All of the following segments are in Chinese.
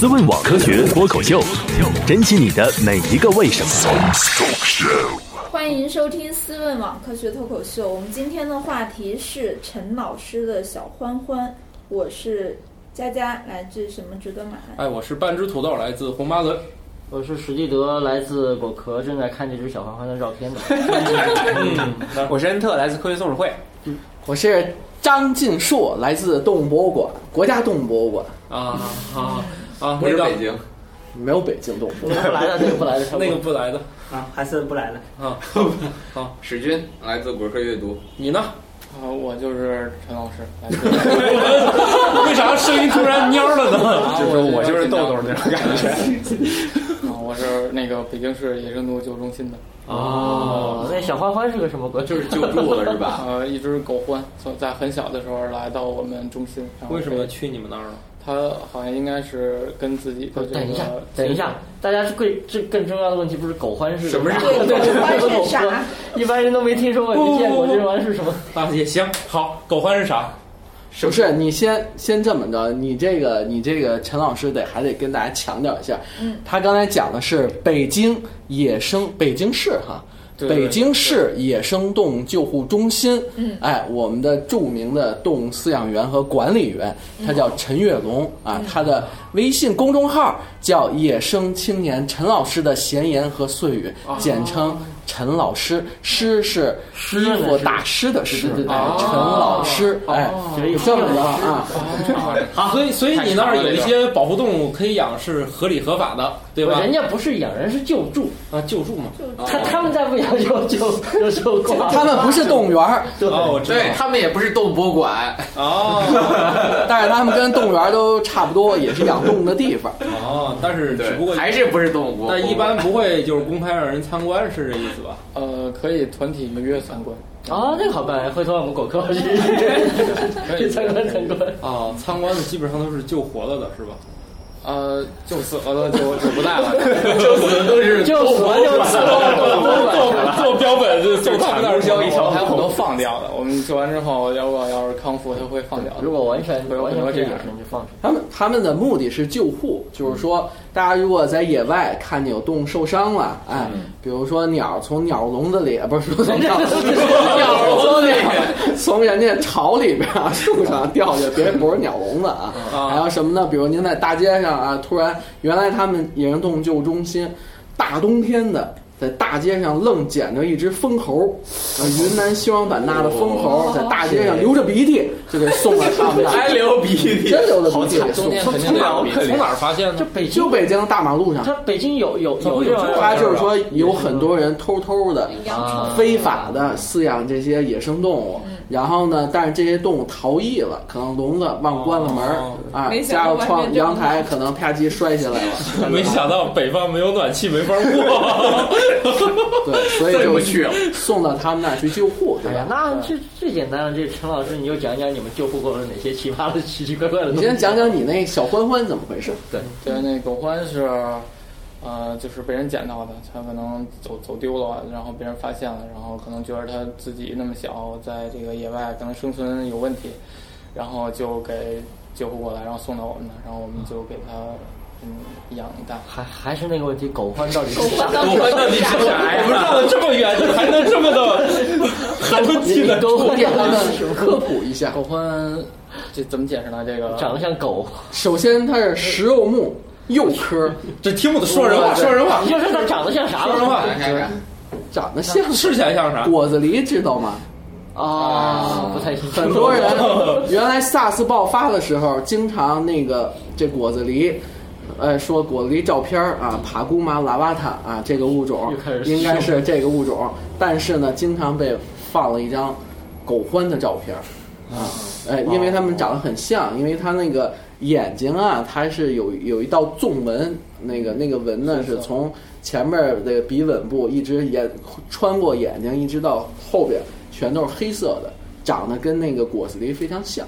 思问网科学脱口秀，珍惜你的每一个为什么。欢迎收听思问网科学脱口秀。我们今天的话题是陈老师的小欢欢，我是佳佳，来自什么值得买？啊哎，我是半只土豆，来自红八轮。我是史蒂德，来自果壳，正在看这只小欢欢的照片呢。 我是恩特，来自科学松鼠会。我是张晋硕，来自动物博物馆，国家动物博物馆，啊啊啊！不那是个北京，没有北京动物博物那个不来的，那个不来的，那个不来的啊，还是不来的。 啊，史军来自果壳阅读。你呢？ 啊，我就是陈老师，来为啥声音突然蔫了啊呢？就是我就是豆豆那种感觉。啊，我是那个北京市野生动物救助中心的，哦，那小欢欢是个什么鬼？ 就是救助了是吧？呃，一只狗獾，从在很小的时候来到我们中心。然 后为什么去你们那儿了？它好像应该是跟自己不的是这等一下个，等一下，大家最最更重要的问题不是狗欢是什么是对狗欢是啥狗欢一般人都没听说过，没见过这玩意儿是什么？大姐行好，狗欢是 啥？不是，你先先这么着，你这个你这个陈老师得还得跟大家强调一下，嗯，他刚才讲的是北京野生北京市哈，对对北京市野生动物救护中心，嗯哎，我们的著名的动物饲养员和管理员，他叫陈跃龙啊，他的微信公众号叫“野生青年陈老师的闲言和碎语”，简称陈老师，师是诗衣的服诗大师的师，对对对哎陈老师，哎，学一这么着啊。好，所以所以你那儿有一些保护动物可以养，是合理合法的，对吧？人家不是养，人是救助，啊，救助嘛。就他他们再不养就就就就挂了。他们不是动物园儿，对哦，我知对道。他们也不是动物博物馆，哦但是他们跟动物园儿都差不多，也是养动物的地方。哦，但是只不过对，，还是不是动物博物馆。但一般不会就是公开让人参观，是这意思吧？呃，可以团体预约参观。啊，这个好办，回头我们狗科去去参观参观。啊，参观的基本上都是救活了的，是 吧？呃，救死鹅的就就不带了。 就我就死了，做标本就就就他他们们那那儿儿交易条，还有很很 多多放掉的。我们救完之后，要不要是康复，它会放掉的。如果完全会有完很全多不这养种。生就放出去。他们他们的目的是救护，就是说，大家如果在野外看见有动物受伤了，哎，比如说鸟从鸟笼子里，不是说从 鸟鸟笼子里，从人家巢里边啊树上掉下，别不是鸟笼子啊，还有什么呢？比如您在大街上啊，突然原来他们野生动物救护中心，大冬天的。在大街上愣捡着一只疯猴，呃云南西双版纳的疯猴，在大街上流着鼻涕就给送到他们 那儿，还流鼻 涕，真流的鼻涕，中间肯定从哪儿从哪儿发现这的？北京就，北京大马路上它，北京有有有这玩意他儿，就是说有很多人偷偷的、养宠啊非法的饲养这些野生动物，然后呢，但是这些动物逃逸了，可能笼子忘关了门儿哦啊没，想加到上窗外面这么阳台可能啪叽摔下来了， 啊没想到北方没有暖气，没法 过。对，所以这就么去 送到他们那儿去救护，对哎呀吧，？那这最简单了。这陈老师，你就讲讲你们救护过了哪些奇葩的、 奇奇怪怪的东你西。先讲讲你那小欢欢怎么回事？对，那狗獾是，呃，就是被人捡到的，它可能走走丢了，然后被人发现了，然后可能觉得它自己那么小，在这个野外可能生存有问题，然后就给救护过来，然后送到我们那儿，然后我们就给它嗯养大。还还是那个问题，狗欢到底是啥？我我到底是啥我们呀？绕了这么远，你还能这么的， 还能你进来？狗我欢给他到底们是什么科普一下狗，獾这怎么解释呢？这个长得像狗，首先它是食肉目幼科，这听不懂，说人话，说人话你， 就说它长得像啥啊说人吧。话。看看，长得像吃起来像啥？果子狸，知道吗？啊，不太清楚。 很多人原来 SARS 爆发的时候，经常那个这果子狸，呃，说果子狸照片儿啊，帕古玛拉瓦塔啊，这个物种又开始应该是这个物种，但是呢，经常被放了一张狗獾的照片儿啊，哎，因为它们长得很像，因为它那个眼睛啊，它是有有一道纵纹，那个那个纹呢是从前面儿的鼻吻部一直眼穿过眼睛，一直到后边全都是黑色的，长得跟那个果子狸非常像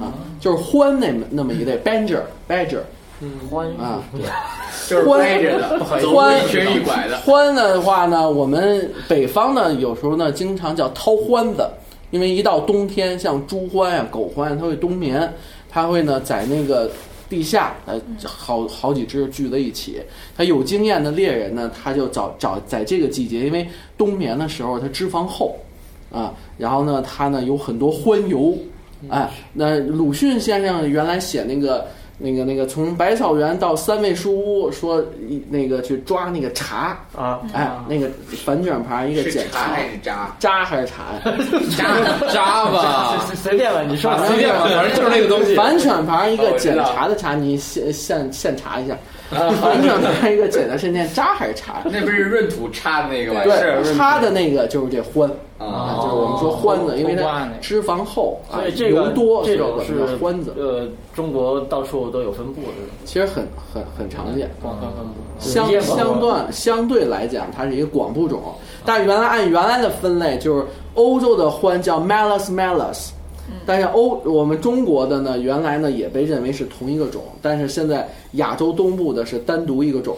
啊，就是獾那么那么一类 badger badger 嗯欢啊，就是背着的，走一瘸一拐的。獾的话呢，我们北方呢，有时候呢，经常叫掏獾子，因啊为一到冬天，像猪獾呀、狗獾呀，它会冬眠，它会呢在那个地下，呃，好好几只聚在一起。他有经验的猎人呢，他就找找在这个季节，因为冬眠的时候它脂肪厚啊，然后呢，它呢有很多欢油，哎，那鲁迅先生原来写那个。那个那个，从百草园到三味书屋，说一那个去抓那个茶，啊，哎，那个反卷盘一个是检茶查还，是渣？渣还是茶呀？ 渣渣吧，啊随随便吧，你说啊随便吧，反正就是那个东西。反卷盘一哦个我知检道查的茶，你现现现查一下。反卷盘一个检查是念渣还是茶？那不是闰土插的那个玩意儿？对，插的那个就是这欢啊，啊，就是我们说欢子，因为后挂它那个脂肪厚啊所以，这油个多，这种所以我们是叫欢子，呃，中国到处都有分布的，其实很很很常见。广泛分布。相对相断相对来讲，它是一个广布种，但是原来按原来的分类，就是欧洲的獾叫 Malus malus，但是欧我们中国的呢，原来呢也被认为是同一个种，但是现在亚洲东部的是单独一个种，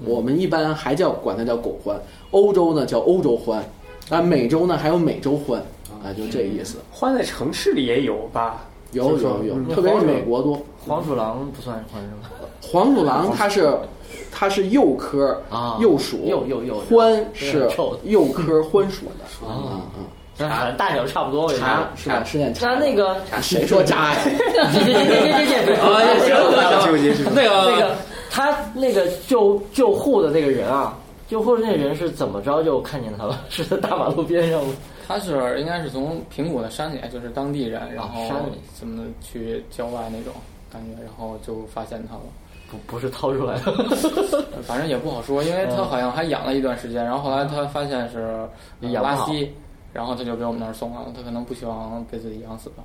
嗯我们一般还叫管它叫狗獾，欧洲呢叫欧洲獾，啊美洲呢还有美洲獾，啊就这意思，獾在城市里也有吧？有有有，特别是美国多，黄鼠狼不算黄鼠狼。黄鼠狼它是它是鼬科啊鼬属，鼬鼬鼬獾是对臭的鼬科獾属的 啊嗯嗯那反正大小差不多，我觉茶得。是吧？是念茶。那那个，谁说渣呀？这这这这这这，啊，行行行纠结是行，那个那个他那个救救护的那个人啊，救护的那人是怎么着就看见他了？是在大马路边上吗？他是应该是从平谷的山里，就是当地人，然后哦山里怎么去郊外那种感觉，然后就发现他了。不不是掏出来的，反正也不好说，因为嗯他好像还养了一段时间，然后后来他发现是呃养不拉好稀，然后他就给我们那儿送来了。他可能不希望被自己养死吧。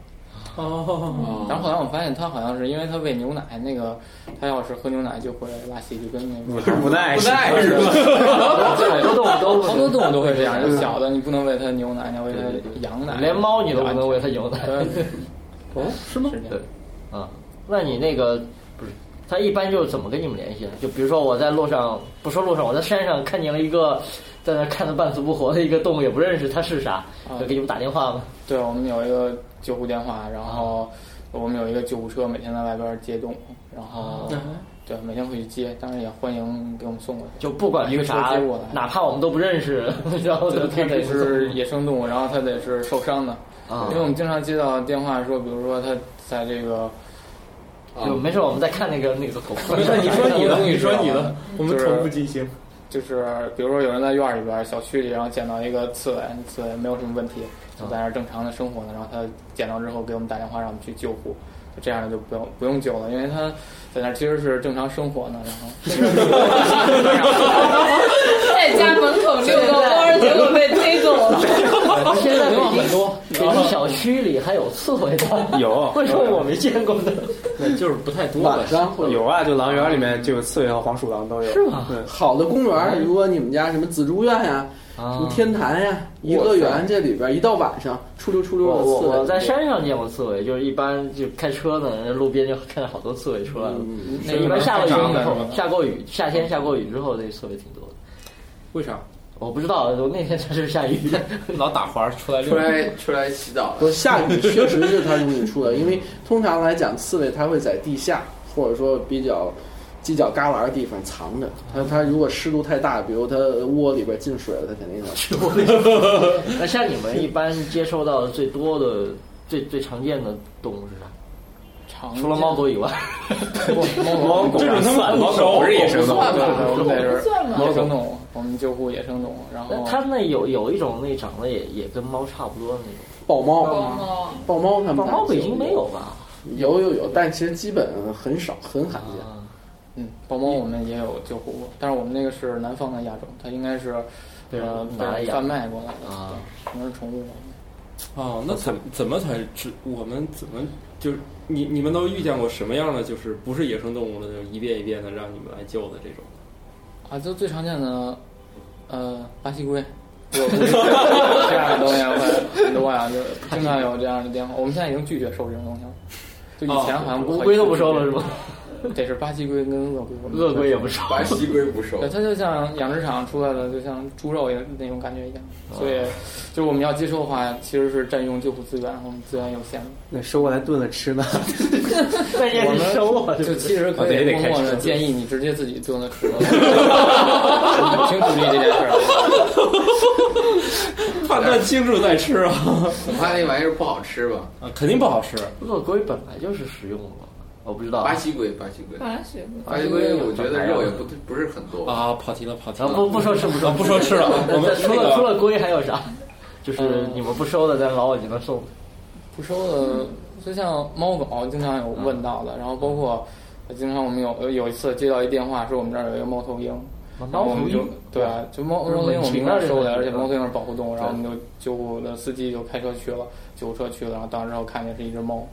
嗯哦然后后来我发现他好像是因为他喂牛奶，那个他要是喝牛奶就会拉稀，就跟那个 不耐不耐是吧？很多动物都好多动物都会 这样。就小的你不能喂它牛奶，你要喂它羊奶，连猫你都不能喂它牛奶。对。 哦，是吗？对，啊，那你那个不是他一般就是怎么跟你们联系呢？就比如说我在路上，不说路上，我在山上看见了一个在那看得半死不活的一个动物，也不认识它是啥，就给你们打电话吗？对，我们有一个救护电话，然啊后我们有一个救护车，每天在外边接动物，然后啊对，每天会去接，当然也欢迎给我们送过去。就不管是啥一个车接过来，哪怕我们都不认识， 然后就对，它可以得给送是野生动物，然后它得是受伤的，啊因为我们经常接到电话说，比如说它在这个，就没事，我们在看那个那个狗。没啊 事，你说你 的，你说你知道的吗，我们同步进行。就是比如说有人在院里边、小区里，然后捡到一个刺猬，那刺猬没有什么问啊题，就在那儿正常的生活呢，然后它捡到之后给我们打电话让我们去救护。就这样就不用不用救了，因为它在那儿其实是正常生活呢。然后，在家门口遛个啊弯儿，结果被推走了。现在北京北京小区里还有刺猬的， 有为什么我没见过 呢？对就是不太多晚了。上 会有啊，就狼园里面就有刺猬和黄鼠狼都有。是吗嗯，好的公园儿，如果你们家什么紫竹院呀、什啊么天坛呀、颐和园这里边儿，一到晚上出溜出溜我的我刺猬，嗯我在山上见过刺猬，就是一般就开车呢，路边就看到好多刺猬出来了。嗯那一般下过雨以后，下过雨，夏天下过雨之后，那刺猬挺多的。为啥？我不知道，我那天就是下雨，老打滑儿出来出溜达。来出来洗澡了，不是下雨确实是它容易出来，因为通常来讲，刺猬它会在地下或者说比较犄角旮旯的地方藏着。它它如果湿度太大，比如它窝里边进水了，它肯定要吃。 那像你们一般接收到的最多的、最最常见的动物是啥？常除了猫狗以外， 猫狗，这种他们不狗熟，是野生动物。对，我们得不算吧是野生动物，我们救护野生动物，然后哦那它那有有一种那长得也也跟猫差不多的那豹猫，哦，豹猫它们种，猫北京没有吧？有有有，但其实基本很少，很罕见。啊，嗯，豹猫我们也有救护过，但是我们那个是南方的亚种，它应该是被人呃拿来被养贩卖过来的啊，可能是宠物吧。哦，那怎怎么才知？我们怎么就是你你们都遇见过什么样的？就是不是野生动物的，就一遍一遍的让你们来救的这种？啊，就最常见的，呃，巴 西龟。我我这样的东西会很多呀，啊就经常有这样的电话。我们现在已经拒绝收这种东西了，就以前好像哦乌不龟都不收了是吗？得是巴西龟跟鳄龟。我们鳄龟也不少。巴西龟不熟 对，，它就像养殖场出来的，就像猪肉也那种感觉一样。所哦以，就是我们要接收的话，其实是占用救护资源，我们资源有限的。那收过来炖了 吃呢？那也我得们收啊，就其实可哦对以得默开默始的了建议你直接自己炖了吃了。我挺鼓励这件事儿判断清楚再吃啊，恐怕那玩意儿不好吃吧？啊肯定不好吃。鳄龟本来就是食用的，我不知道。巴西龟，巴西龟，啊巴西巴西龟，嗯我觉得肉也不不是很多。啊，跑题了，跑题啊了，不不说吃不说啊不说吃 了，我们除那了除个了龟还有啥？就是嗯你们不收的，咱老往你那送。不收的，就像猫狗经常有问到的，然后包括呃经常我们有有一次接到一电话，说我们这儿有一个猫头鹰，然后我们就对啊，就猫猫头鹰我们应啊该收的，而且猫头鹰是保护动物，然后我们就救护的司机就开车去了，救护车去了，然后到之后看见是一只 猫。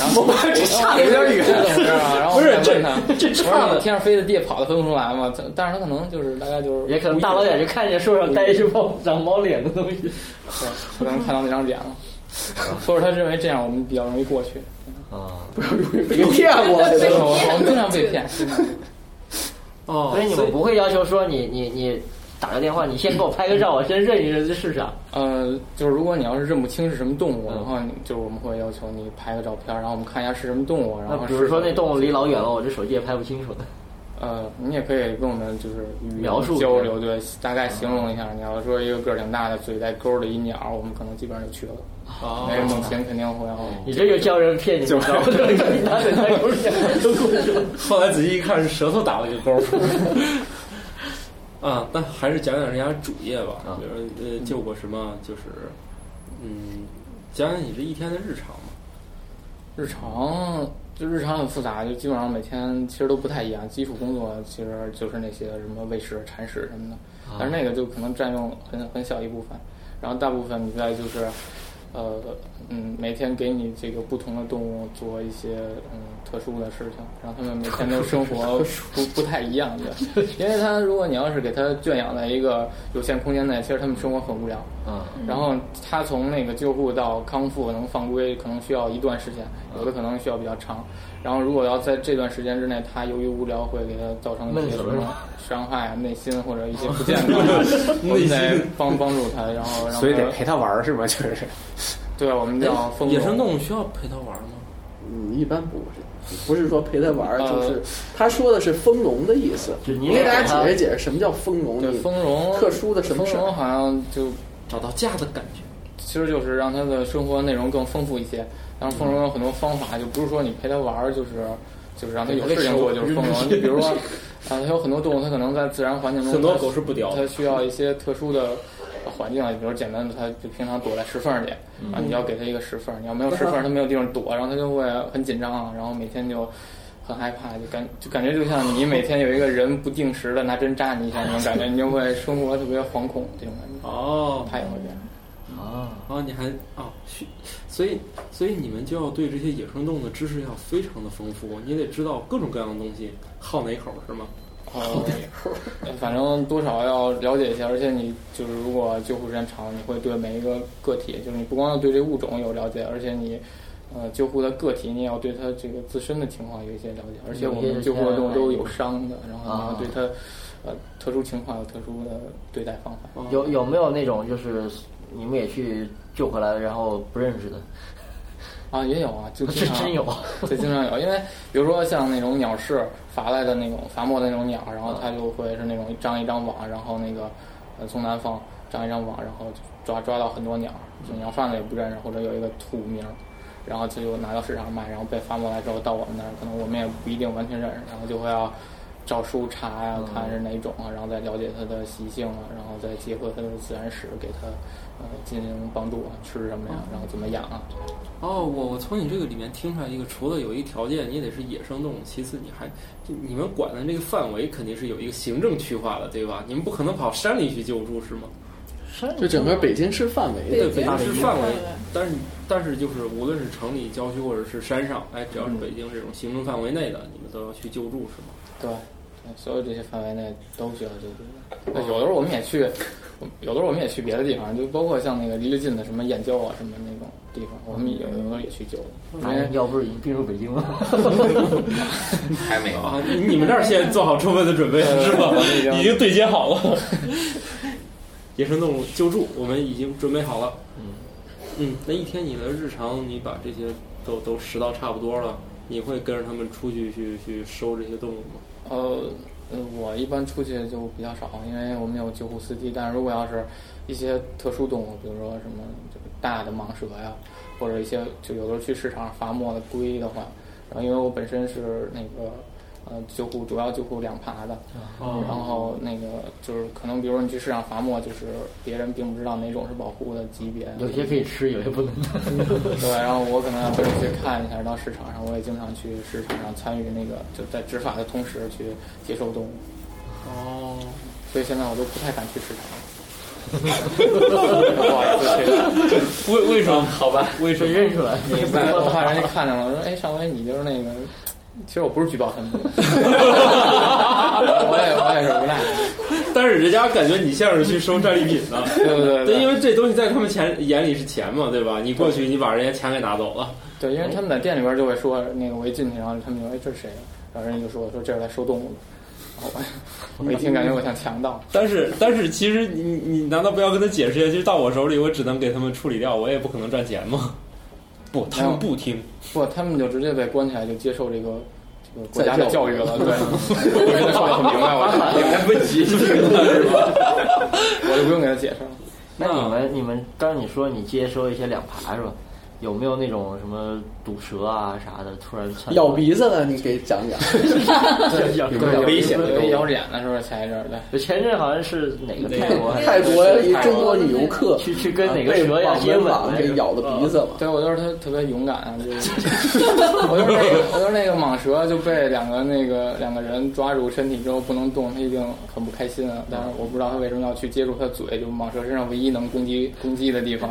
然后这差有点远，怎么着啊？然后我们再问他，我说你天上飞的、地下跑的分不出来吗？但是他可能就是大概就是也可能大老远就看见树上带一只猫长猫脸的东西。对，可能看到那张脸了， 所以说他认为这样我们比较容易过去。啊，被骗过对，对吧我我们经常被骗，经常被骗哦所以你们不会要求说你你你打个电话，你先给我拍个照，我先认一认这是啥。呃，就是如果你要是认不清是什么动物，嗯然后你就是我们会要求你拍个照片，然后我们看一下是什么动物，然那后比如说是那动物离老远了，我这手机也拍不清楚的。呃，你也可以跟我们就是语言描述交流，对，大概形容一下。你要说一个个儿挺大的，嘴带钩儿的一鸟，我们可能基本上就去了。啊哦，哎那个猛禽肯定会哦。你这就叫人骗你，你知道吗？拿嘴在狗脸都过去了。 后来仔细一看，是舌头打了个勾儿。 啊，那还是讲讲人家主业吧，啊比如说呃，救过什么，就是嗯，讲讲你这一天的日常嘛。日常就日常很复杂，就基本上每天其实都不太一样。基础工作其实就是那些什么喂食、铲屎什么的，但是那个就可能占用很很小一部分。然后大部分你在就是，呃，嗯，每天给你这个不同的动物做一些嗯特殊的事情，让它们每天都生活不不太一样的。因为它如果你要是给它圈养在一个有限空间内，其实它们生活很无聊。啊，然后他从那个救护到康复能放归，可能需要一段时间，有的可能需要比较长。然后如果要在这段时间之内，他由于无聊会给他造成一些什么伤害啊、内心或者一些不健 康啊，我们得帮帮助他，然后让他所以得陪他玩儿是吗？就是对，啊我们叫风哎野生动物需要陪它玩吗？嗯，一般不是，不是说陪他玩儿，呃啊就是他说的是丰容的意思。就你给大家给他解释解释什么叫丰容，对你丰容特殊的什么丰事儿容好像就找到家的感觉。其实就是让他的生活内容更丰富一些。嗯当然，丰容有很多方法，就不是说你陪他玩儿，就是就是让他有事情做就是丰容。你比如说，啊，它有很多动物，它可能在自然环境中，很多它狗是不叼的它需要一些特殊的环境啊，比如简单的，它就平常躲在石缝儿里嗯啊，你要给它一个石缝儿，你要没有石缝儿，它没有地方躲，然后它就会很紧张，然后每天就。很害怕，就感就感觉就像你每天有一个人不定时的拿针扎你一下那种感觉，你就会生活特别惶恐这种感觉。哦，它也会这样。啊，你还啊，需所以所以你们就要对这些野生动物的知识要非常的丰富，你得知道各种各样的东西，好哪口是吗？呃，反正多少要了解一下，而且你就是如果救护时间长，你会对每一个个体，就是你不光要对这物种有了解，而且你呃救护的个体，你也要对它这个自身的情况有一些了解，而且我们救护的动物都有伤的，然后你要对它呃特殊情况有特殊的对待方法。有有没有那种就是你们也去救回来了，然后不认识的？啊，也有啊，就经这常真有，对，经常有，因为比如说像那种鸟市伐来的那种伐木的那种鸟，然后它就会是那种张一张网，然后那个呃从南方张一张网，然后就抓抓到很多鸟，就鸟贩子也不认识，或者有一个土名，然后就拿到市场卖，然后被伐木来之后到我们那儿，可能我们也不一定完全认识，然后就会要。照书查呀、看是哪种啊，然后再了解它的习性啊，然后再结合它的自然史，给它呃进行帮助啊，吃什么呀，然后怎么养啊，这样哦，我我从你这个里面听出来一个，除了有一条件，你得是野生动物，其次你还就你们管的这个范围肯定是有一个行政区划的，对吧？你们不可能跑山里去救助是吗？就整个北京市范围对的。北京市京范围范围，但是但是就是无论是城里、郊区或者是山上，哎，只要是北京这种行政范围内的，你们都要去救助是吗？对，对所有这些范围内都需要救助的。那有的时候我们也去，有的时候我们也去别的地方，就包括像那个离得近的什么燕郊啊什么那种地方，我们有有的时候也去救的。因哎为要不是已经并入北京了，还没有。啊，你们这儿现在做好充分的准备了是吧？已经对接好了。野生动物救助，我们已经准备好了。嗯，那一天你的日常，你把这些都都拾到差不多了，你会跟着他们出去去去收这些动物吗？呃，呃，我一般出去就比较少，因为我们有救护司机。但是如果要是一些特殊动物，比如说什么这个大的蟒蛇呀，或者一些就有的时候去市场上罚没的龟的话，然后因为我本身是那个呃救护主要救护两爬的，哦然后那个就是可能比如说你去市场罚没，就是别人并不知道哪种是保护的级别，有些可以吃，有些不能吃。对，然后我可能要跟着去看一下，到市场上我也经常去市场上参与那个，就在执法的同时去接收动物。哦，所以现在我都不太敢去市场了。不好意思，去为为什么？好吧，为什被么？认出来，你不说怕人家看见了，我说哎，上回你就是那个，其实我不是举报他们的，我也我也是无奈，但是人家感觉你像是去收战利品的，对不对？对，因为为这东西在他们钱眼里是钱嘛，对吧？你过去你把人家钱给拿走了，对，因为他们在店里边就会说那个我一进去，然后他们就哎这是谁啊？然后人家就说说这是来收动物的，然后我我一听感觉我像强盗。但是但是其实你你你难道不要跟他解释一下？就是到我手里，我只能给他们处理掉，我也不可能赚钱 吗？不，他们不听，不，他们就直接被关起来，就接受这个这个国家的教育了。对，我跟他说的很明白，哦我你们问题是吧？我就不用给他解释了。那嗯你们你们刚才你说你接收一些两爬是吧？有没有那种什么毒蛇啊啥的，突然窜咬鼻子了，你给讲讲。咬对咬危险的有咬脸的时候前一阵儿，对，我前阵好像是哪个泰国还是泰国一中国女游客啊去去跟哪个被蛇呀网接吻网来给着咬的鼻子了。对我就是他特别勇敢啊，就是 我就是那个我就是那个蟒蛇就被两个那个两个人抓住身体之后不能动，他一定很不开心啊。但是我不知道他为什么要去接触他嘴，就是蟒蛇身上唯一能攻击攻击的地方，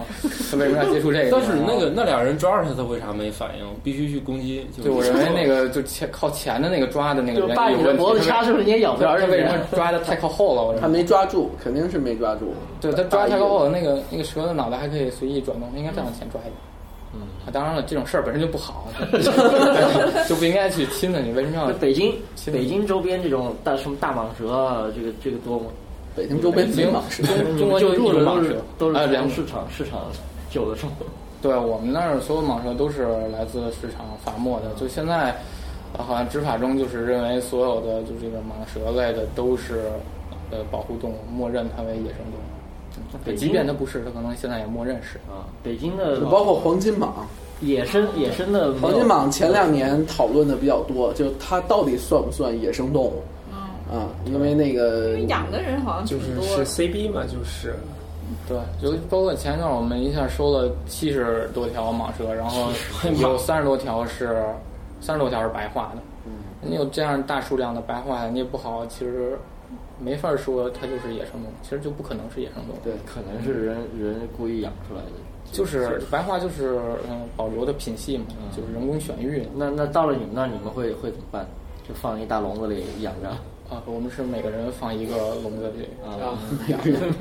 他为什么要接触这个地方？啊但是那个那俩人抓着他，他为啥没反应？必须去攻击？对，我认为那个就前靠前的那个抓的那个就是人把有你的问题脖子他为掐住了，你也咬不不知着道是人家。为什么抓的太靠后了，我认他为。没抓住，肯定是没抓住。对，他嗯抓太靠后了，那个那个蛇的脑袋还可以随意转动，他应该再往前抓一点。嗯，啊，当然了，这种事儿本身就不好， 就不应该去亲它。你为什么要那？北京现在北京周边这种大什么大蟒蛇啊，这个这个多吗？北京周边没蟒蛇，中中国救就助有的蟒都蛇是都啊是两从市场市场救的是吗？对我们那儿所有蟒蛇都是来自市场罚没的。就现在，呃好像执法中就是认为所有的就这个蟒蛇类的都是呃保护动物，默认它为野生动物。北对京即便它不是，它可能现在也默认是。啊，北京的就包括黄金蟒。野生野生的没有黄金蟒前两年讨论的比较多，就它到底算不算野生动物嗯，啊？因为那个因为养的人好像挺就是多是的。 CB 嘛，就是对，就包括前一段我们一下收了七十多条蟒蛇，然后有三十多条是三十多条是白化的。你有这样大数量的白化的，你也不好，其实没法说它就是野生动物，其实就不可能是野生动物。对可能是人人故意养出来的。就是白化就是嗯保留的品系嘛，就是人工选育那那到了你们那儿，你们会会怎么办？就放一大笼子里养 着啊。我们是每个人放一个笼子里，啊，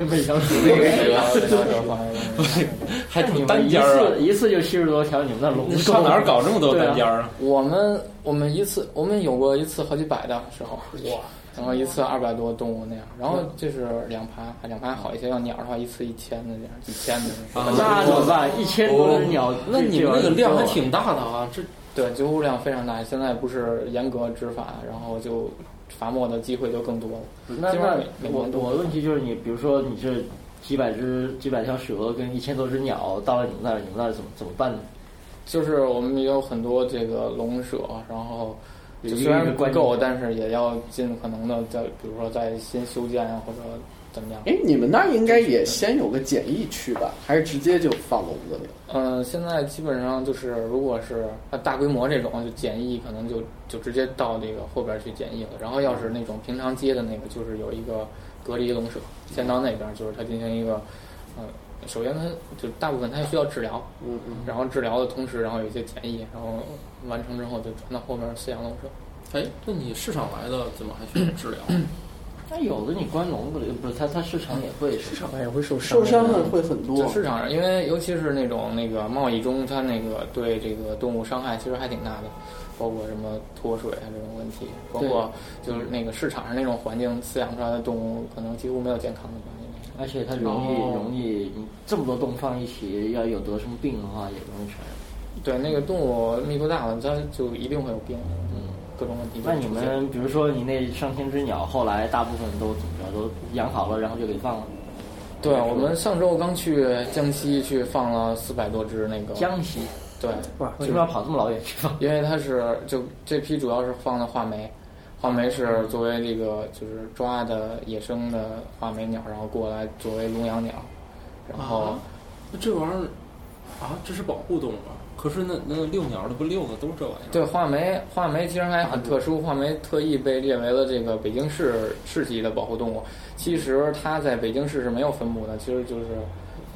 每 条蛇每 个人放一个笼子里。 还挺单一间儿啊次！一次就七十多条，你们那笼你子上哪儿搞这么多单间儿啊？我们我们一次我们有过一次好几百的时候，哇！然后一次二百多动物那样，然后就是两爬，两爬好一些。要鸟的话，一次一千的这样，几千的那种。 那怎么办？一千多只鸟，哦那你们这玩那意儿个量还够啊挺大的啊！这对，救护量非常大。现在不是严格执法，然后就罚没的机会就更多了。那基本那上每每我年都我的问题就是你，比如说你这几百只几百条蛇跟一千多只鸟到了你们那儿，你们那儿怎么怎么办呢？就是我们也有很多这个龙蛇，然后有就一个虽然一个不观够，念但是也要尽可能的在，比如说在先修建啊，或者怎么样。哎，你们那儿应该也先有个检疫区吧？还是直接就放笼子里？嗯，现在基本上就是，如果是呃大规模这种，就检疫可能就就直接到这个后边儿去检疫了。然后要是那种平常接的那个，就是有一个隔离笼舍，先到那边儿，就是它进行一个，呃，首先它就大部分它需要治疗，嗯嗯。然后治疗的同时，然后有一些检疫，然后完成之后就转到后边儿饲养笼舍。哎，那你市场来的怎么还需要治疗？啊那有的你关笼子里，不是它它市场也会市场哎也会受伤受的。伤的会很就多，市场上，因为尤其是那种那个贸易中，它那个对这个动物伤害其实还挺大的，包括什么脱水啊这种问题，包括就是那个市场上那种环境饲养出来的动物，可能几乎没有健康的吧。应该是而且它容易哦容易，你这么多洞放一起，要有得什么病的话，也容易传染。对，那个动物密度大了，它就一定会有病，嗯，各种问题就那会出你现。们比如说你那上千只鸟，后来大部分都怎么着都养好了，然后就给放了。对我们上周刚去江西去放了四百多只那个，江西对，哇，为什么要跑这么老远去放？ 因为它是就这批主要是放的画眉，画眉是嗯作为这个就是抓的野生的画眉鸟，然后过来作为笼养鸟，然后啊那 这玩意儿啊，这是保护动物吧？可是那那遛鸟的不遛的都是这玩意儿？对画眉，画眉其实还很特殊，画眉特意被列为了这个北京市市级的保护动物。其实它在北京市是没有分布的，其实就是。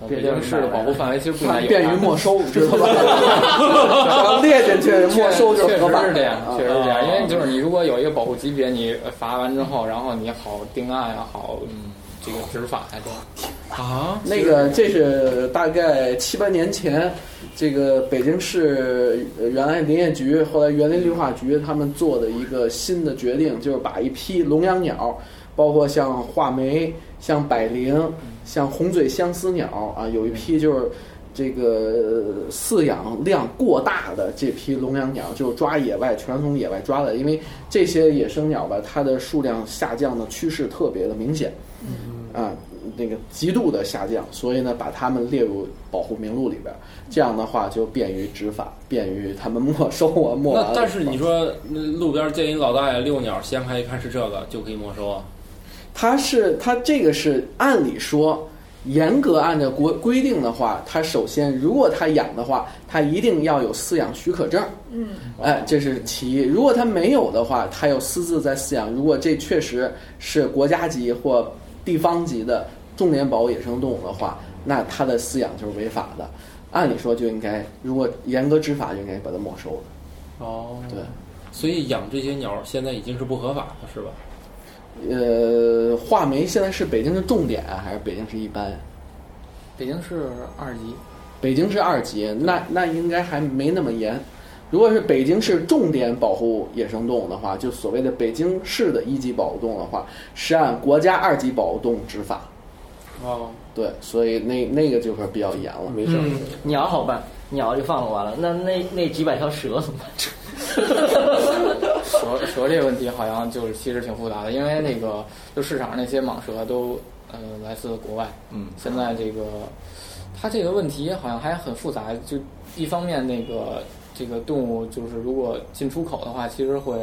呃别北地儿京市的保护范围其实不应该有 便于的没 收，知道吧？然后列进去没收就确合确法实是这样，啊确实是这样，因为就是你如果有一个保护级别，你罚完之后，然后你好定案呀，好嗯这个执法呀，这样。啊，那个，这是大概七八年前，这个北京市呃原来林业局，后来园林绿化局他们做的一个新的决定，就是把一批笼养鸟，包括像画眉、像百灵、像红嘴相思鸟啊，有一批就是。这个呃饲养量过大的这批笼养鸟，就抓野外，全从野外抓的，因为这些野生鸟吧，它的数量下降的趋势特别的明显。啊，那个极度的下降，所以呢，把他们列入保护名录里边儿。这样的话，就便于执法，便于他们没收啊，没完那了但是你说那路边见一老大爷遛鸟，掀开一看是这个，就可以没收啊？它是它这个是按理说，严格按照国规定的话，它首先如果它养的话，它一定要有饲养许可证。嗯，哎，这是其一。如果它没有的话，它又私自在饲养，如果这确实是国家级或地方级的重点保护野生动物的话，那它的饲养就是违法的。按理说就应该，如果严格执法，就应该把它没收了。哦，对。所以养这些鸟现在已经是不合法的，是吧？呃，画眉现在是北京的重点啊还是北京市一般啊？北京市二 级，北京市二级，那那应该还没那么严。如果是北京市重点保护野生动物的话，就所谓的北京市的一级保护动物的话，是按国家二级保护动物执法。哦，对，所以那那个就是比较严了。没事儿，鸟好办，鸟就放了完了，那那那几百条蛇怎么办？蛇蛇这个问题好像就是其实挺复杂的，因为那个就市场上那些蟒蛇都呃来自国外，嗯，现在这个它这个问题好像还很复杂，就一方面那个这个动物就是如果进出口的话，其实会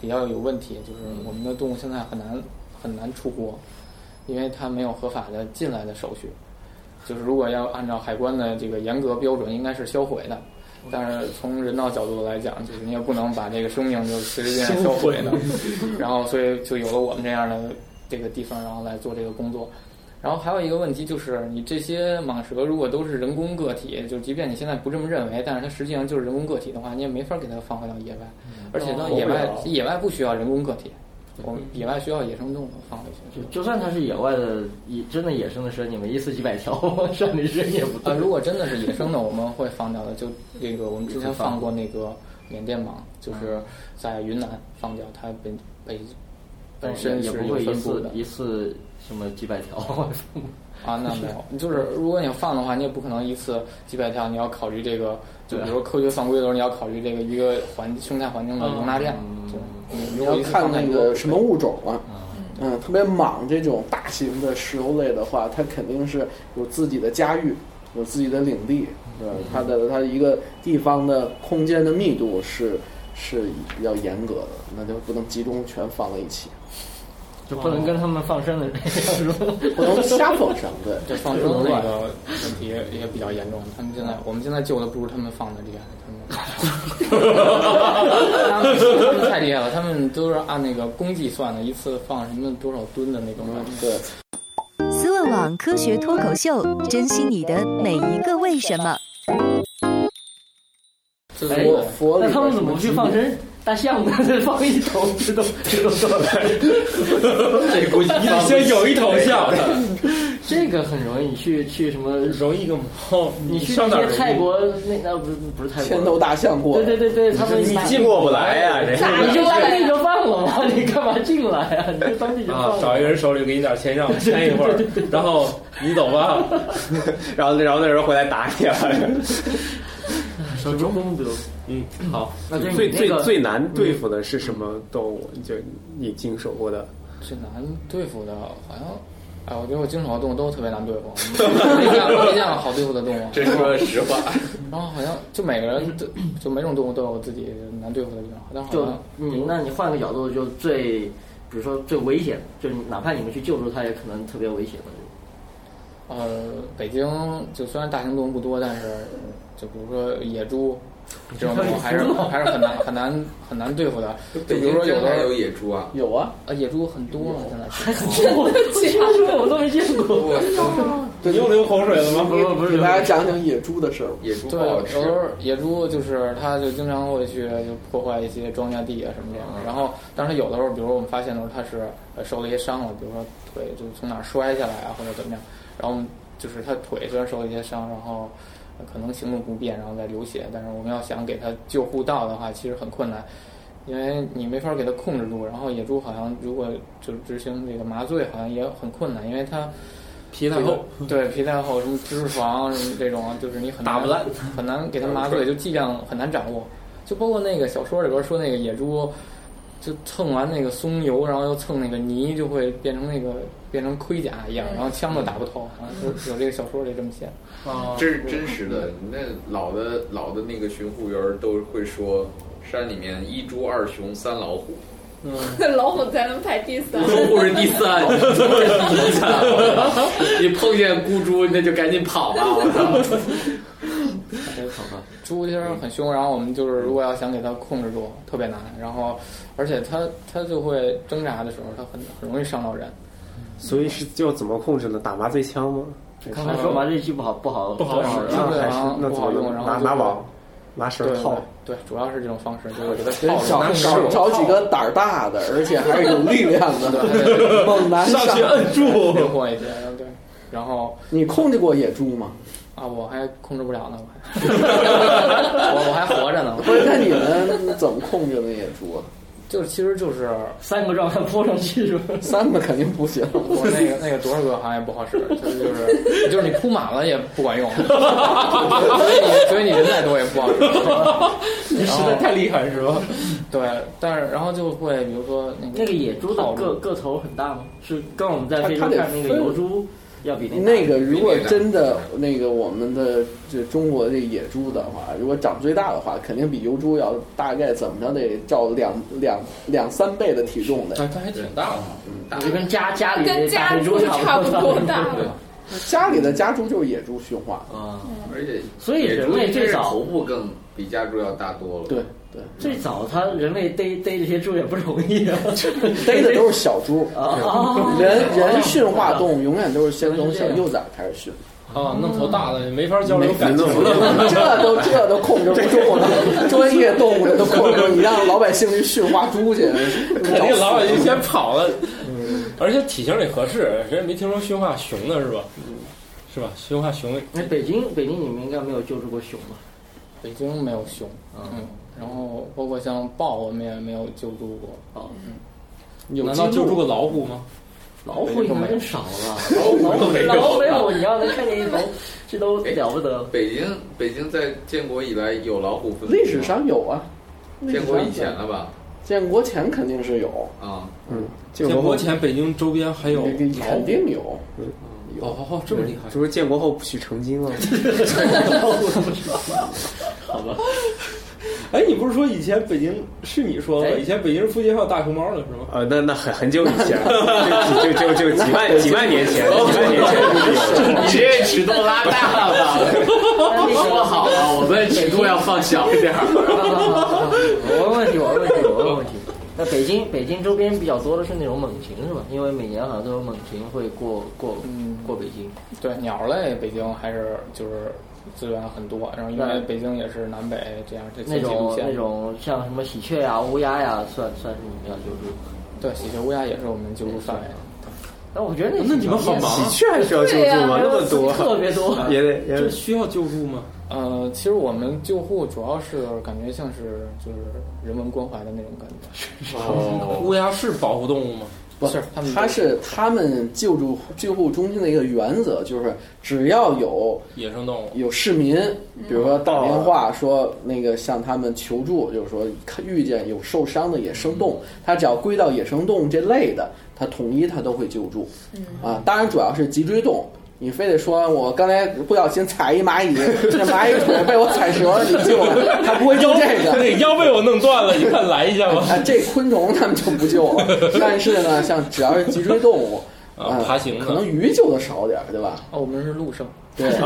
比较有问题，就是我们的动物现在很难很难出国，因为它没有合法的进来的手续，就是如果要按照海关的这个严格标准，应该是销毁的。但是从人道角度来讲，就是你也不能把这个生命就随随便便销毁的，然后所以就有了我们这样的这个地方，然后来做这个工作。然后还有一个问题就是，你这些蟒蛇如果都是人工个体，就即便你现在不这么认为，但是它实际上就是人工个体的话，你也没法给它放回到野外，而且呢，活不野外了野外嗯哦不需嗯要人工个体，我们野外需要野生动物放回去 就。就算它是野外的，野真的野生的蛇，你们一次几百条往山里扔也不呃，对。如果真的是野生的，我们会放掉的。就那个我们之前放过那个缅甸蟒，就是在云南放掉，它本本本身也是不有会一分布次的一次什么几百条。 啊。那没有，就是如果你放的话，你也不可能一次几百条，你要考虑这个，就对啊比如说科学犯规的时候，你要考虑这个一个环生态环境的容纳量。就你如你果要一次看放那太个多，什么物种了，嗯，特别蟒这种大型的石油类的话，它肯定是有自己的家域，有自己的领地，对吧，它的它一个地方的空间的密度是是比较严格的，那就不能集中全放在 一起，就不能跟他们放生的人 一样，是吧不能瞎放生， 对。这放生那个问题也也比较严重。他们现在我们现在救的不如他们放的厉害，他们。他们他们太厉害了，他们都是按那个公计算的，一次放什么多少吨的那种感觉。对，思问网科学脱口秀，珍惜你的每一个为什么。这哎是我佛那里他边们什怎么么不去放生？大象呢， 放一头，这都这都 多了。这估计你得先哎有一头象，这个很容易，你去去什么？容易个毛！你去上哪那些儿？泰国那那不是不是泰千国头，大象过对来，对对对，他们你进过不来啊呀、这咋你就当地就放我吧，你干嘛进来呀、你就当地就放啊，我。找一个人手里给你点钱，让我签一会儿，然后你走吧。 然后然后那人回来打你啊了。手中不都？嗯，好，那就是最你那最个最难对付的是什么动物？就你经手过的，最难对付的，好像，哎，我觉得我经手的动物都特别难对 付，没见过没见过好对付的动物。这说实话，然后好像就每个人都就每种动物都有自己难对付的地方，但是好就像你，那你换个角度，就最，比如说最危险，就是哪怕你们去救助它，也可能特别危险的。呃，北京就虽然大型动物不多，但是就比如说野猪这种动物还是还是很难很难很难对付的。就北比如京说有真还有的野猪啊，有啊，呃野猪很多了，现在是我其他说我都没见过。你又流口水了吗？不是不给是大，家讲讲野猪的事儿吧。野猪不对，好有吃时。候野猪就是它就经常会去就破坏一些庄稼地啊什么这样的。然后，但是有的时候，比如我们发现的时候，它是呃受了一些伤了，比如说腿就是从哪儿摔下来啊，或者怎么样。然后我们就是它腿虽然受了一些伤，然后呃可能行动不便，然后再流血，但是我们要想给它救护到的话，其实很困难。因为你没法给它控制住，然后野猪好像如果就是执行这个麻醉，好像也很困难，因为它皮太这厚个， 对皮太厚，什么脂肪什么这种，就是你很难打不烂，很 难给它麻醉，就剂量很难掌握。就包括那个小说里边说那个野猪，就蹭完那个松油，然后又蹭那个泥，就会变成那个变成盔甲一样，然后枪都打不透。好像有有这个小说里这么写。这是真实的。那老的老的那个巡护员儿都会说，山里面一猪二熊三老虎，老虎才能排第三。老虎是第三，第三。 你碰见孤猪，那就赶紧跑吧！我操！猪其实很凶，然后我们就是如果要想给它控制住，特别难。然后而且它它就会挣扎的时候，它很很容易伤到人。所以是就怎么控制呢？打麻醉枪吗？刚才说麻醉剂不好不好啊不好使对那还然是后那不怎好么用，弄然后拿就拿会网，拿绳对套。对，对主要是这种方式，就是给它得套找着拿手找找几个胆儿大的，而且还是有力量 的猛男上去摁住。灵活一些，对。然后你控制过野猪吗？啊，我还控制不了呢，我还 我我还活着呢，不是，那你们怎么控制的野猪啊？就是其实就是三个状态扑上去是吧？三个肯定不行，我那个那个多少个好像也不好使，就是就是就是你铺满了也不管用， 所以你所以你人再多也不好使。 你实在太厉害是吧？对，但是然后就会比如说那个那个野猪的套路个个头很大吗？是跟我们在它非洲它得看那个分油猪要比那那个如果真的那个我们的这中国这野猪的话，如果长最大的话，肯定比油猪要大概怎么着得照两两两三倍的体重的。哎，它还挺大的，大就跟家家里跟那大家肥猪猪差不不 多大。家里的家猪就是野猪驯化，啊，而且，所以人类最早头部更比家猪要大多了。对对，最早他人类逮逮这些猪也不容 易啊， 逮的都是小猪。啊，人人驯化动物永远都是先从小幼崽开始驯，啊，弄头大的也没法交流感情弄了。 这都这都控制不住呢，专业动物的都控制，不住，你让老百姓去驯化猪去，肯定老板就先跑了，而且体型也合适，人家没听说驯化熊的是吧？是吧？驯化熊那北京北京你们应该没有救助过熊吧？北京没有熊，嗯，然后包括像豹，我们也没有救助过。哦，有难记道救录助过老虎吗？老虎应该少 了，老虎都没有老虎没有，你要能看见一 头，这都了不得。北京，北京在建国以来有老虎分布吗历史上有啊，建国以前了吧？建国前肯定是有，啊，嗯，建建国后国前北京周边还有那个老肯虎。定有。哦哦，这么厉害！这不是建国后不许成精了吗？哎，你不是说以前北京是你说哎的？以前北京附近还有大熊猫呢，是吗？呃，那那很很久以前， 就就就就几万几万年前，几万年前你这尺度拉大了，那哎说个好了，我们尺度要放小一点儿。 我问问题，我问问题，我问问题。那北京北京周边比较多的是那种猛禽是吧？因为每年好像都有猛禽会过过嗯过北京。对鸟类，北京还是就是资源很多，然后因为对北京也是南北这样这那几条路种线那，种像什么喜鹊呀、乌鸦呀，算算是你们要救助。对，喜鹊乌鸦也是我们救助范围。但我哦觉得那那你们好忙啊喜鹊还需要救助吗？那么多，特别多。也得也这得需要救助吗？呃，其实我们救护主要是感觉像是就是人文关怀的那种感觉，乌鸦是保护动物吗？不是嗯他们他是他们救助救护中心的一个原则，就是只要有野生 动物。有市民，比如说打电哦话说那个向他们求助，就是说看遇见有受伤的野生动物，他只要归到野生动物这类的，他统一他都会救助。啊，当然主要是脊椎动。你非得说啊我刚才不小心踩一蚂蚁， 这蚂蚁腿被我踩折了，你救了，他不会救这个。 对，腰被我弄断了，你看来一下 吧。啊，这昆虫他们就不救 了。但是呢，像只要是脊椎动物，啊呃爬行的可能鱼救的少点儿，对吧？哦，我们是陆生，对，谁在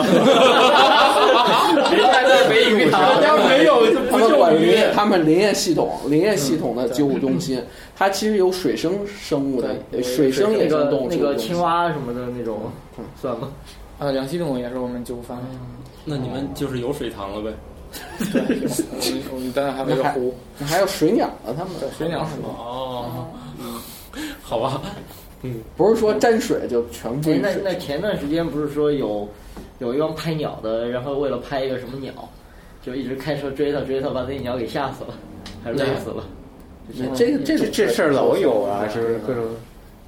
那没鱼 塘？要没有他们管林业，他们林业系统，林业系统的救护中心，它其实有水生生物的，呃水生那野生个动物那救护个中心青。蛙什么的那 种，算吗？啊，两栖动物也是我们救护范围。嗯那你们就是有水塘了呗？我们我们当然还有一个湖，还有水鸟呢，他们对，水鸟是吗？哦，嗯， 好吧，不是说沾水就全哎归那水。那前段时间不是说有有一帮拍鸟的，然后为了拍一个什么鸟，就一直开车追它追它，把那鸟给吓死了，还是累死了。那啊这个这这种这事儿老有啊，就是各种，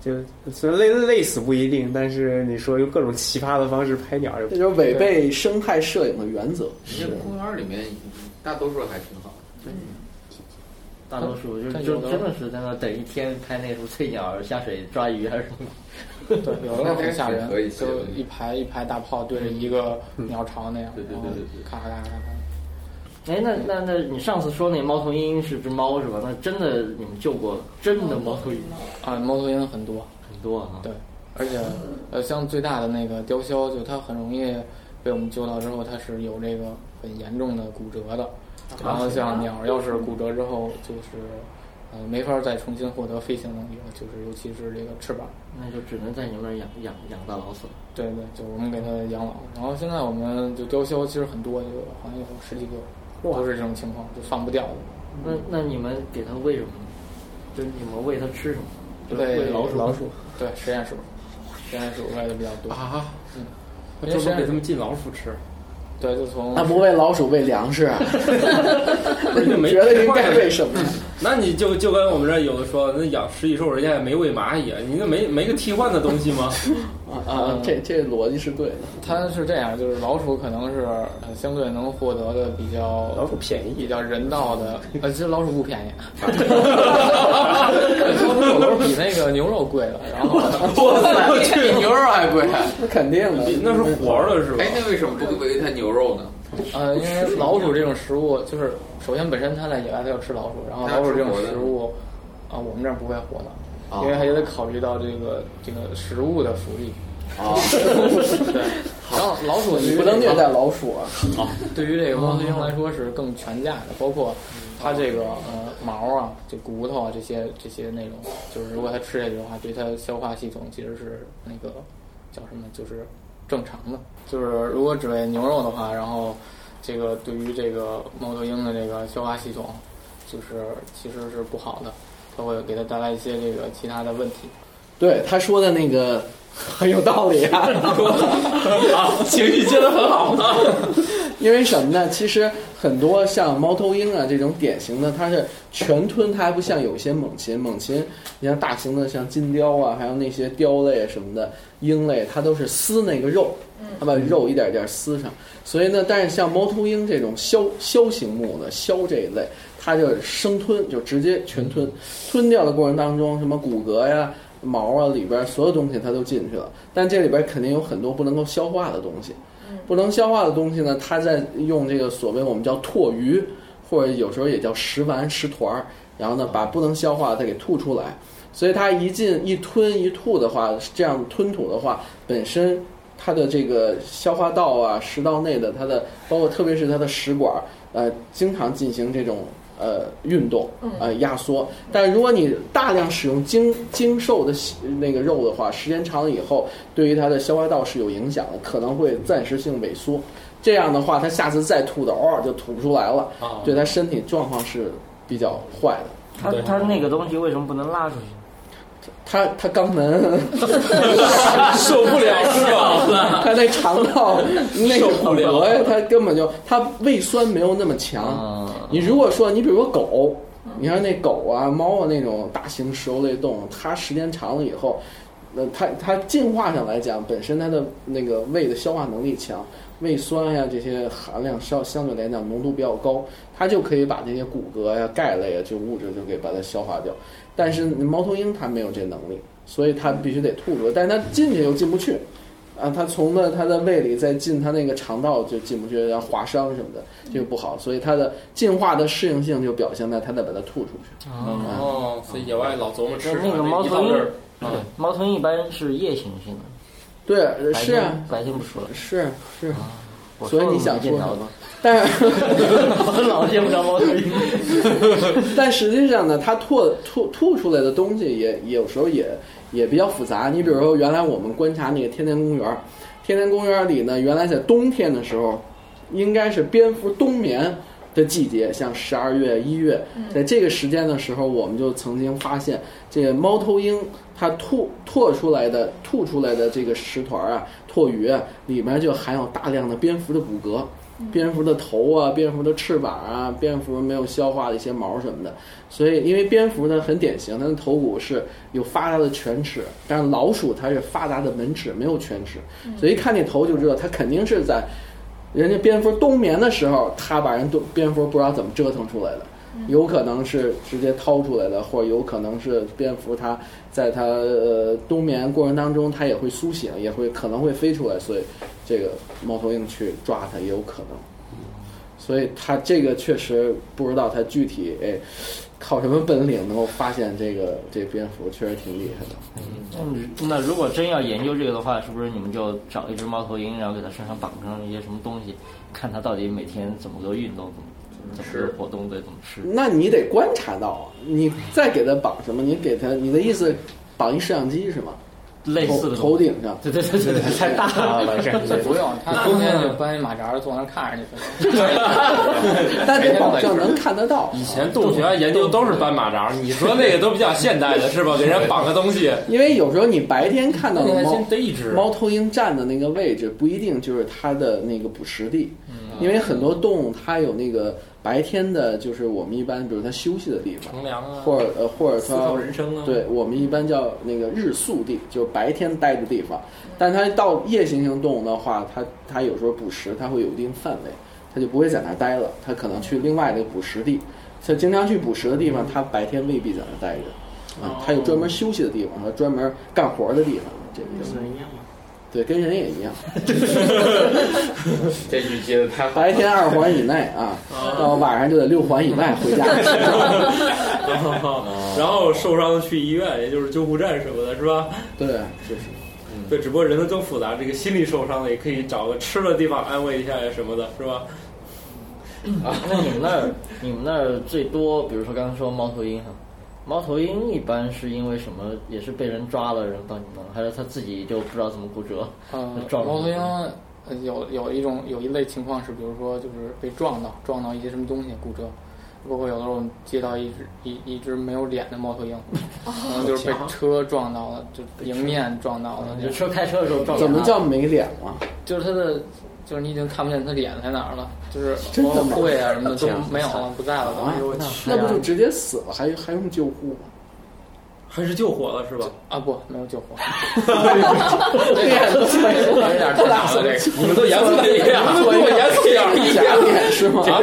就虽然累累死不一定，但是你说用各种奇葩的方式拍鸟，这就是违背生态摄影的原则。人家公园里面大多数还挺好，大多数就但就有的真的是在那等一天拍那什么翠鸟下水抓鱼啊还是什么，对，有的时候很吓人可以，就一排一排大炮对着一个嗯鸟巢那样，对对对对对然后咔咔咔咔咔。哎，那那那你上次说那猫头鹰是只猫是吧？那真的你们救过真的猫头鹰啊，猫头鹰很多，很多啊，对，而且呃，像最大的那个雕鸮，就它很容易被我们救到之后，它是有这个很严重的骨折的。啊然后像鸟，要是骨折之后，就是呃没法再重新获得飞行能力了，就是尤其是这个翅膀。那就只能在你们那儿养养养大老鼠了。对对，就我们给它养老。然后现在我们就雕鸮其实很多，就好像有十几个，都是这种情况，就放不掉的。那那你们给它喂什么呢？就是你们喂它吃什么？就是喂喂老鼠，老鼠，对，实验鼠，实验鼠喂的比较多。啊，因这为不给实验他鼠们进老鼠 吃，对，就从那不喂老鼠喂粮食啊？不是就没觉得应该喂什 么？啊那你就就跟我们这儿有的说，那养食蚁兽人家也没喂蚂蚁，啊，你那没没个替换的东西 吗？啊啊，这这逻辑是对的。它是这样，就是老鼠可能是呃相对能获得的比较老鼠便宜比较人道的，呃，其实老鼠不便宜，老鼠有时候比那个牛肉贵了。然后我去，牛肉还贵。那肯定的，那是活的是吧？哎，那为什么不喂它牛肉呢？呃，因为老鼠这种食物，就是首先本身它在野外它要吃老鼠，然后老鼠这种食物，啊、我们这儿不会活的，因为还得考虑到这个这个食物的福利。啊， 对，然后老鼠对于你不能虐这个待老鼠啊！对于这个猫头鹰来说是更全价的，包括它这个呃毛啊、这骨头啊这些这些内容，就是如果它吃下去的话，对它消化系统其实是那个叫什么，就是正常的。就是如果只喂牛肉的话，然后这个对于这个猫头鹰的这个消化系统，就是其实是不好的，它会给它带来一些这个其他的问题。对他说的那个 很有道理啊， 啊，情绪接的很好啊。 因为什么呢？其实很多像猫头鹰啊这种典型的，它是全吞，它还不像有些猛禽，猛禽你像大型的像金雕啊，还有那些雕类什么的鹰类，它都是撕那个肉，它把肉一点一点撕上。所以呢，但是像猫头鹰这种枭枭形目的枭这一类，它就是生吞，就直接全吞，吞掉的过程当中，什么骨骼呀、毛啊里边儿所有东西它都进去了，但这里边儿肯定有很多不能够消化的东西。不能消化的东西呢，它在用这个所谓我们叫唾鱼，或者有时候也叫食丸、食团儿，然后呢把不能消化的它给吐出来。所以它一进一吞一吐的话，这样吞吐的话，本身它的这个消化道啊、食道内的它的，包括特别是它的食管，呃，经常进行这种呃运动，嗯呃压缩。但如果你大量使用精精瘦的细那个肉的话，时间长了以后，对于它的消化道是有影响的，可能会暂时性萎缩。这样的话，它下次再吐的，偶尔就吐不出来了，啊，对它身体状况是比较坏的。它对它那个东西为什么不能拉出去？它它肛 门，受不了是吧？它那肠道那个受不骨了哦骼呀，它根本就它胃酸没有那么强。啊，你如果说你比如说狗，你看那狗啊、猫啊那种大型食肉类动物，它时间长了以后，那它它进化上来讲，本身它的那个胃的消化能力强，胃酸呀、这些含量相相对来讲浓度比较高，它就可以把这些骨骼呀、钙类啊这物质就给把它消化掉。但是猫头鹰它没有这能力，所以它必须得吐出来，但是它进去又进不去。啊，它从那它的胃里再进它那个肠道就进不去，然后划伤什么的，这个不好，所以它的进化的适应性就表现在它得把它吐出去。哦，所以野外老琢磨吃啥，那那个猫一到头鹰这儿嗯啊猫头鹰一般是夜行性的，对，白是天啊，白天不说了。是是，我所以你没想见说着什吗么？但 是我 老见不着 猫头鹰。但实际上呢，它吐吐吐出来的东西也也有时候也也比较复杂。你比如说，原来我们观察那个天坛公园儿，天坛公园儿里呢，原来在冬天的时候，应该是蝙蝠冬眠的季节，像十二月、一月，在这个时间的时候，我们就曾经发现，这个猫头鹰它吐吐出来的吐出来的这个食团啊、唾鱼啊，里面就含有大量的蝙蝠的骨骼。蝙蝠的头啊，蝙蝠的翅膀啊，蝙蝠没有消化的一些毛什么的，所以因为蝙蝠呢很典型，它的头骨是有发达的犬齿，但是老鼠它是发达的门齿，没有犬齿，所以一看那头就知道它肯定是在人家蝙蝠冬眠的时候，它把人冬蝙蝠不知道怎么折腾出来的，有可能是直接掏出来的，或者有可能是蝙蝠它在它呃冬眠过程当中，它也会苏醒，也会可能会飞出来，所以这个猫头鹰去抓它也有可能。所以它这个确实不知道它具体哎靠什么本领能够发现这个这蝙蝠，确实挺厉害的。那那如果真要研究这个的话，是不是你们就找一只猫头鹰，然后给它身上绑上一些什么东西，看它到底每天怎么个运动，怎么怎么吃个活动，对，怎么吃？那你得观察到啊，你再给它绑什么？你给它，你的意思绑一摄像机是吗？类似头的头东西。顶上。啊对对对对对，太大了，这 这不用，他天天就搬一马扎儿坐那儿看着去。但得保证能看得到，以前动物学家研究都是斑马扎，你说那个都比较现代的是吧？给人绑个东西，因为有时候你白天看到那你的还猫真逮一只猫头鹰站的那个位置不一定就是它的那个捕食地，嗯因为很多动物它有那个白天的，就是我们一般比如它休息的地方，乘凉嗯啊，或者呃或者思考它人生啊，，对我们一般叫那个日宿地，就是白天待的地方。但它到夜行性动物的话，它它有时候捕食，它会有一定范围，它就不会在那儿待了，它可能去另外的捕食地。它经常去捕食的地方，它白天未必在那儿待着，啊、它有专门休息的地方和专门干活的地方，这个意思。对，跟人也 一样，这句接的太好了。白天二环以内啊， 到晚上就得六环以外回 家。然后受伤去医院，也就是救护站什么的，是吧？对，就是。对，只不过人的更复杂，这个心理受伤了也可以找个吃的地方安慰一下呀什么的，是吧？啊那你们那儿，你们那儿最多，比如说刚刚说猫头鹰哈，猫头鹰一般是因为什么？也是被人抓了，然后到你们那儿，还是它自己就不知道怎么骨折？嗯，撞猫头鹰呃有有一种有一类情况是，比如说就是被撞到，撞到一些什么东西骨折，包括有的时候我们接到一只一一只没有脸的猫头鹰，哦可能就是啊被车撞到了，就迎面撞到了，你就就车开车的时候撞怎么它叫没脸啊？就是它的，就是你已经看不见它脸在哪儿了，就是真的包括吗会啊什么的都没有了，不在了啊都。，那不就直接死了，还还用救护吗？还是救火了是吧？啊不，没有救活，脸都没有点太大了这个。你们都严肃点儿，你们都给我严肃点儿，假脸是吗？啊，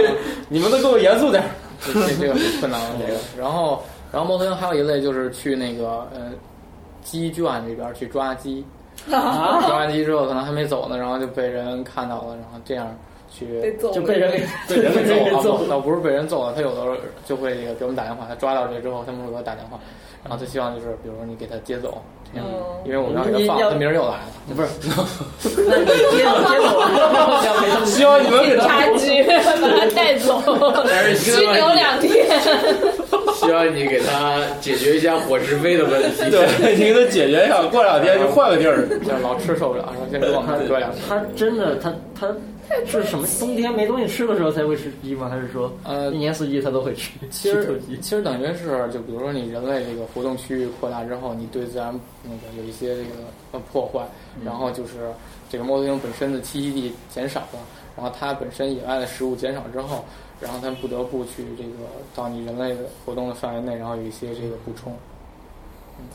你们都给我严肃点儿。这这这个很困难了，这个。然后，然后猫头鹰还有一类就是去那个呃鸡圈里边儿去抓鸡，啊抓完鸡之后可能还没走呢，然后就被人看到了，然后这样去被揍了就被人给被人被人给揍揍了，倒不是被人揍了，他有的时候就会这个给我们打电话，他抓到这之后，他们会给我打电话，然后他希望就是比如说你给他接走，这样，嗯因为我们要给他哦你要放，他明儿又来了。不是，那你接走接走，我想陪他们希望你们给警察局把他带走， 拘留两天。希望你给他解决一下伙食费的问题。对，你给他解决一下，过两天就换个地儿。这老吃受不了，然后先给我们哥俩。他真的，他他是什么？冬天没东西吃的时候才会吃鸡吗？还是说呃一，年四季它都会吃？其吃实土鸡其实等于是，就比如说你人类这个活动区域扩大之后，你对自然那个有一些这个呃破坏，然后就是这个猫头鹰本身的栖息地减少了，然后它本身野外的食物减少之后，然后它不得不去这个到你人类的活动的范围内，然后有一些这个补充。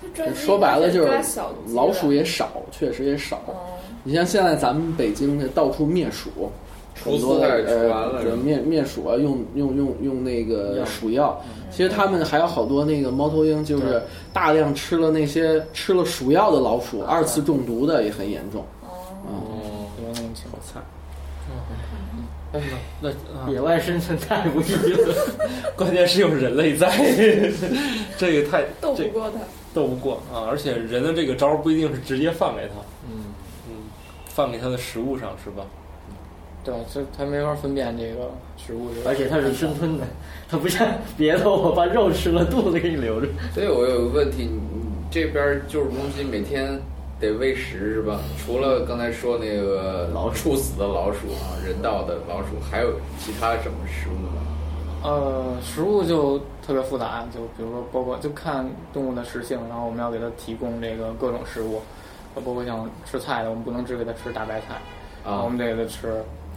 它专门说白了就是抓小鸡啊的老鼠也少，确实也少。哦你像现在咱们北京这到处灭鼠，除很多四害除完呃了，这灭灭鼠啊，用用用用那个鼠药。嗯其实他们还有好多那个猫头鹰，就是大量吃了那些吃了鼠药的老嗯鼠，二次中毒的也很严重。哦，嗯，有那种情况。那啊，野外生存太不易了。关键是有人类在，这个太斗不这过它。斗不过啊！而且人的这个招儿不一定是直接放给他，嗯，嗯，放给他的食物上是吧？对，这它没法分辨这个食物。而且它是生吞的，它不像别的，我把肉吃了，肚子给你留着。所以我有个问题，你你这边救助中心每天得喂食是吧？除了刚才说那个老处死的老鼠啊，人道的老鼠，还有其他什么食物吗？呃，食物就特别复杂，就比如说包括就看动物的食性，然后我们要给它提供这个各种食物，包括像吃菜的，我们不能只给它吃大白菜，啊然啊后我们得给它吃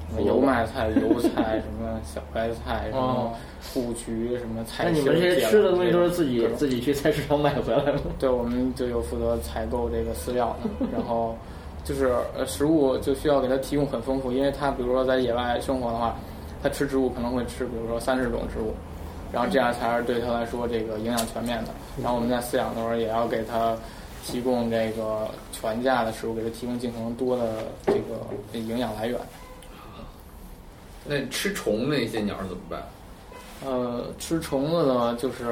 什么油麦菜、油菜、什么小白菜、什么布菊、什么哦那菜你心儿。们这些吃的东西都是自己各种自己去菜市场买回来吗？对，我们就有负责采购这个饲料的，然后就是呃食物就需要给它提供很丰富，因为它比如说在野外生活的话，它吃植物可能会吃比如说三十种植物，然后这样才是对它来说这个营养全面的。然后我们在饲养的时候也要给它提供这个全价的食物，给它提供尽可能多的这个营养来源。那吃虫那些鸟怎么办？呃，吃虫子呢，就是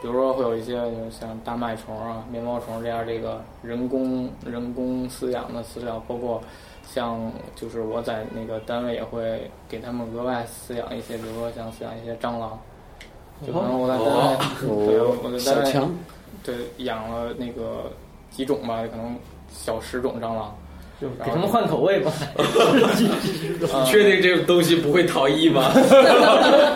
比如说会有一些呃像大麦虫啊、面包虫这样这个人工人工饲养的饲料，包括像就是我在那个单位也会给他们额外饲养一些，比如说像饲养一些蟑螂，就可能我在单位，对，我在小单位强，，对养了那个几种吧，可能小十种蟑螂，就给然后他们换口味吧。你确定这个东西不会逃逸吗？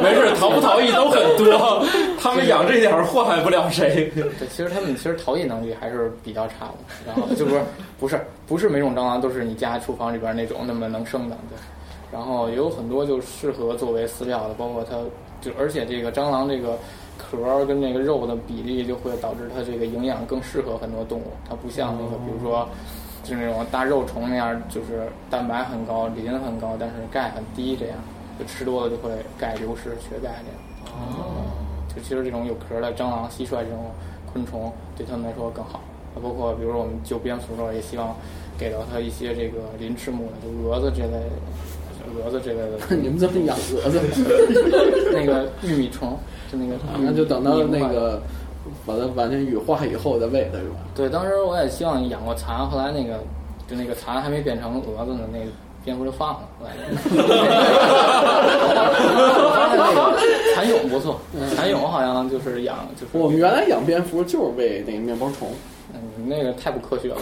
没事，逃不逃逸都很多，他们养这点儿祸害不了谁。对，其实他们其实逃逸能力还是比较差的。然后就不是不是不是每种蟑螂都是你家厨房里边那种那么能生的，对。然后也有很多就适合作为饲料的，包括它就而且这个蟑螂这个壳儿跟那个肉的比例就会导致它这个营养更适合很多动物，它不像那个比如说。就是那种大肉虫那样，就是蛋白很高，磷很高，但是钙很低，这样就吃多了就会钙流失、缺钙这样。就其实这种有壳的蟑螂、蟋蟀这种昆虫，对它们来说更好。啊包括比如说我们救蝙蝠的时候，也希望给到它一些这个鳞翅目的，就蛾子这类的，蛾子这类的 嗯你们怎么养蛾子？ 那个玉米虫，就那个玉米，啊那就等到玉米那虫个把它完全羽化以后再喂它是吧？对，当时我也希望养过蚕，后来那个就那个蚕还没变成蛾子呢，那个蝙蝠就 放了。后来 我发现那个蚕蛹不错，蚕蛹好像就是养就是嗯我们原来养蝙蝠就是喂那个面包虫，嗯，那个太不科学 了。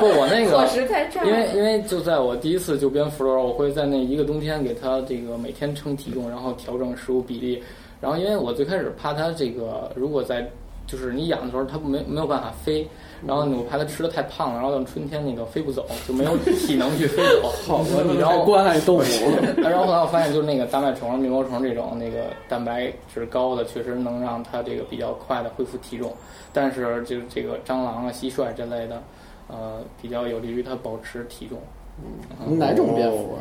不，我那伙个，食太差了，因为因为就在我第一次救蝙蝠的时候，我会在那一个冬天给它这个每天称体重，然后调整食物比例。然后因为我最开始怕它这个，如果在就是你养的时候它没没有办法飞，然后我怕它吃的太胖了，然后到春天那个飞不走，就没有体能去飞走。好你然太后关爱动物了。 然后后来我发现，就是那个大麦虫、面包虫这种那个蛋白质高的，确实能让它这个比较快的恢复体重。但是就是这个蟑螂啊、蟋蟀这类的，呃，比较有利于它保持体重。哪种蝙蝠啊？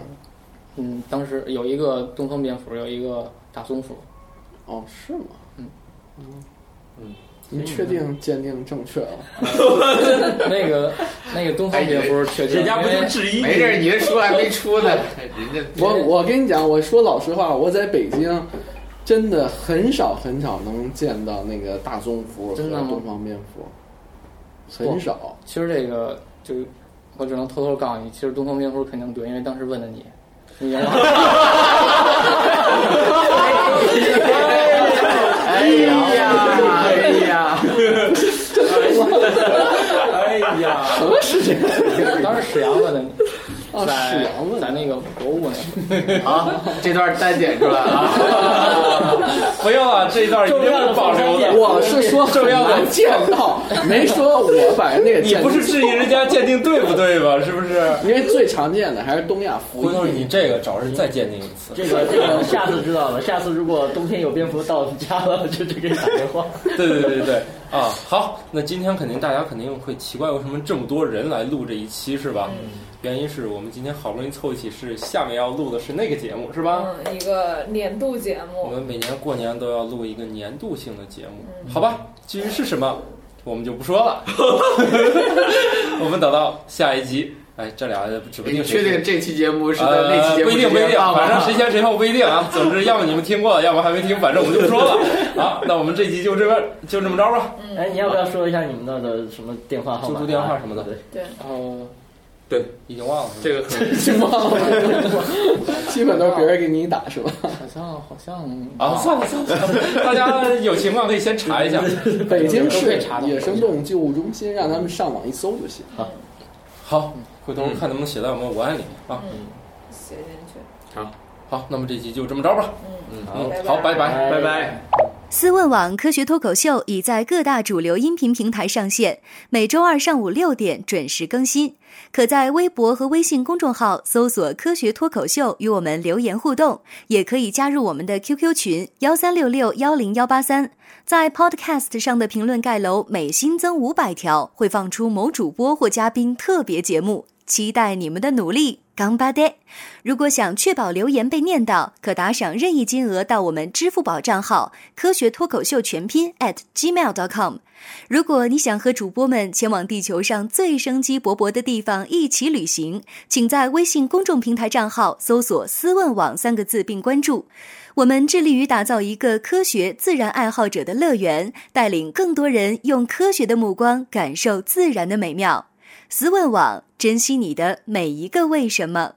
嗯，当时有一个东方蝙蝠，有一个大松鼠。 哦，是吗？嗯嗯你确定鉴定正确了？那个那个东方蝙蝠确实，哎人家不因就为质疑没你？事，你这书还没出呢，人家我我跟你讲，我说老实话，我在北京真的很少很少能见到那个大棕蝠和真的吗东方蝙蝠，很少。其实这个就我只能偷偷告诉你，其实东方蝙蝠肯定对，因为当时问的你。你养 过哎呀，哎 呀，哎呀，当时沈阳问的你。啊在是羊问在那个国务 那会儿，好，这段单剪出来 啊！不要啊，这一段一定要保留的。我是说重要的很难见 到，没说我把那个你见不是质疑人家鉴定对不对吧？是不是？因为最常见的还是东亚服回头役，你这个找人再鉴定一次。这个这个下次知道了，下次如果冬天有蝙蝠到家了，就就给你打电话。对对对对对啊！好，那今天肯定大家肯定会奇怪，为什么这么多人来录这一期是吧？原因是我们今天好不容易凑一起，是下面要录的是那个节目是吧？啊嗯，一个年度节我嗯目，们每年过年都要录一个年度性的节目，好吧？至于是什么，我们就不说了。我们等到下一集，哎，这俩指不你定确谁定先这期节目是在呃，那期节目不一定，之不一前定，放反正谁吗？先谁后不一定啊。总之，要么你们听过了，要么还没听，反正我们就说了啊。那我们这集就这么就这么着吧。哎，你要不要说一下你们那的什么电话号租码？啊住电话什么的，对，呃，对，已经忘了。这个 很基本都是别人给你打 是吧？好像好像啊，算了算了，大家有情况可以先查一下。嗯北京都可市以查到野生动物救护中心，让他们上网一搜就行。好，回头嗯看能不能写在我们文案里面啊。写进去。好，那么这集就这么着吧。嗯嗯，好，拜拜，拜拜。思问网科学脱口秀已在各大主流音频平台上线，每周二上午六点准时更新。可在微博和微信公众号搜索“科学脱口秀”与我们留言互动，也可以加入我们的 QQ 群幺三六六幺零幺八三。在 Podcast 上的评论盖楼每新增五百条，会放出某主播或嘉宾特别节目。期待你们的努力，干巴爹！如果想确保留言被念到，可打赏任意金额到我们支付宝账号“科学脱口秀全拼 ”at gmail.com。如果你想和主播们前往地球上最生机勃勃的地方一起旅行，请在微信公众平台账号搜索“思问网”三个字并关注。我们致力于打造一个科学自然爱好者的乐园，带领更多人用科学的目光感受自然的美妙。思问网，珍惜你的每一个为什么。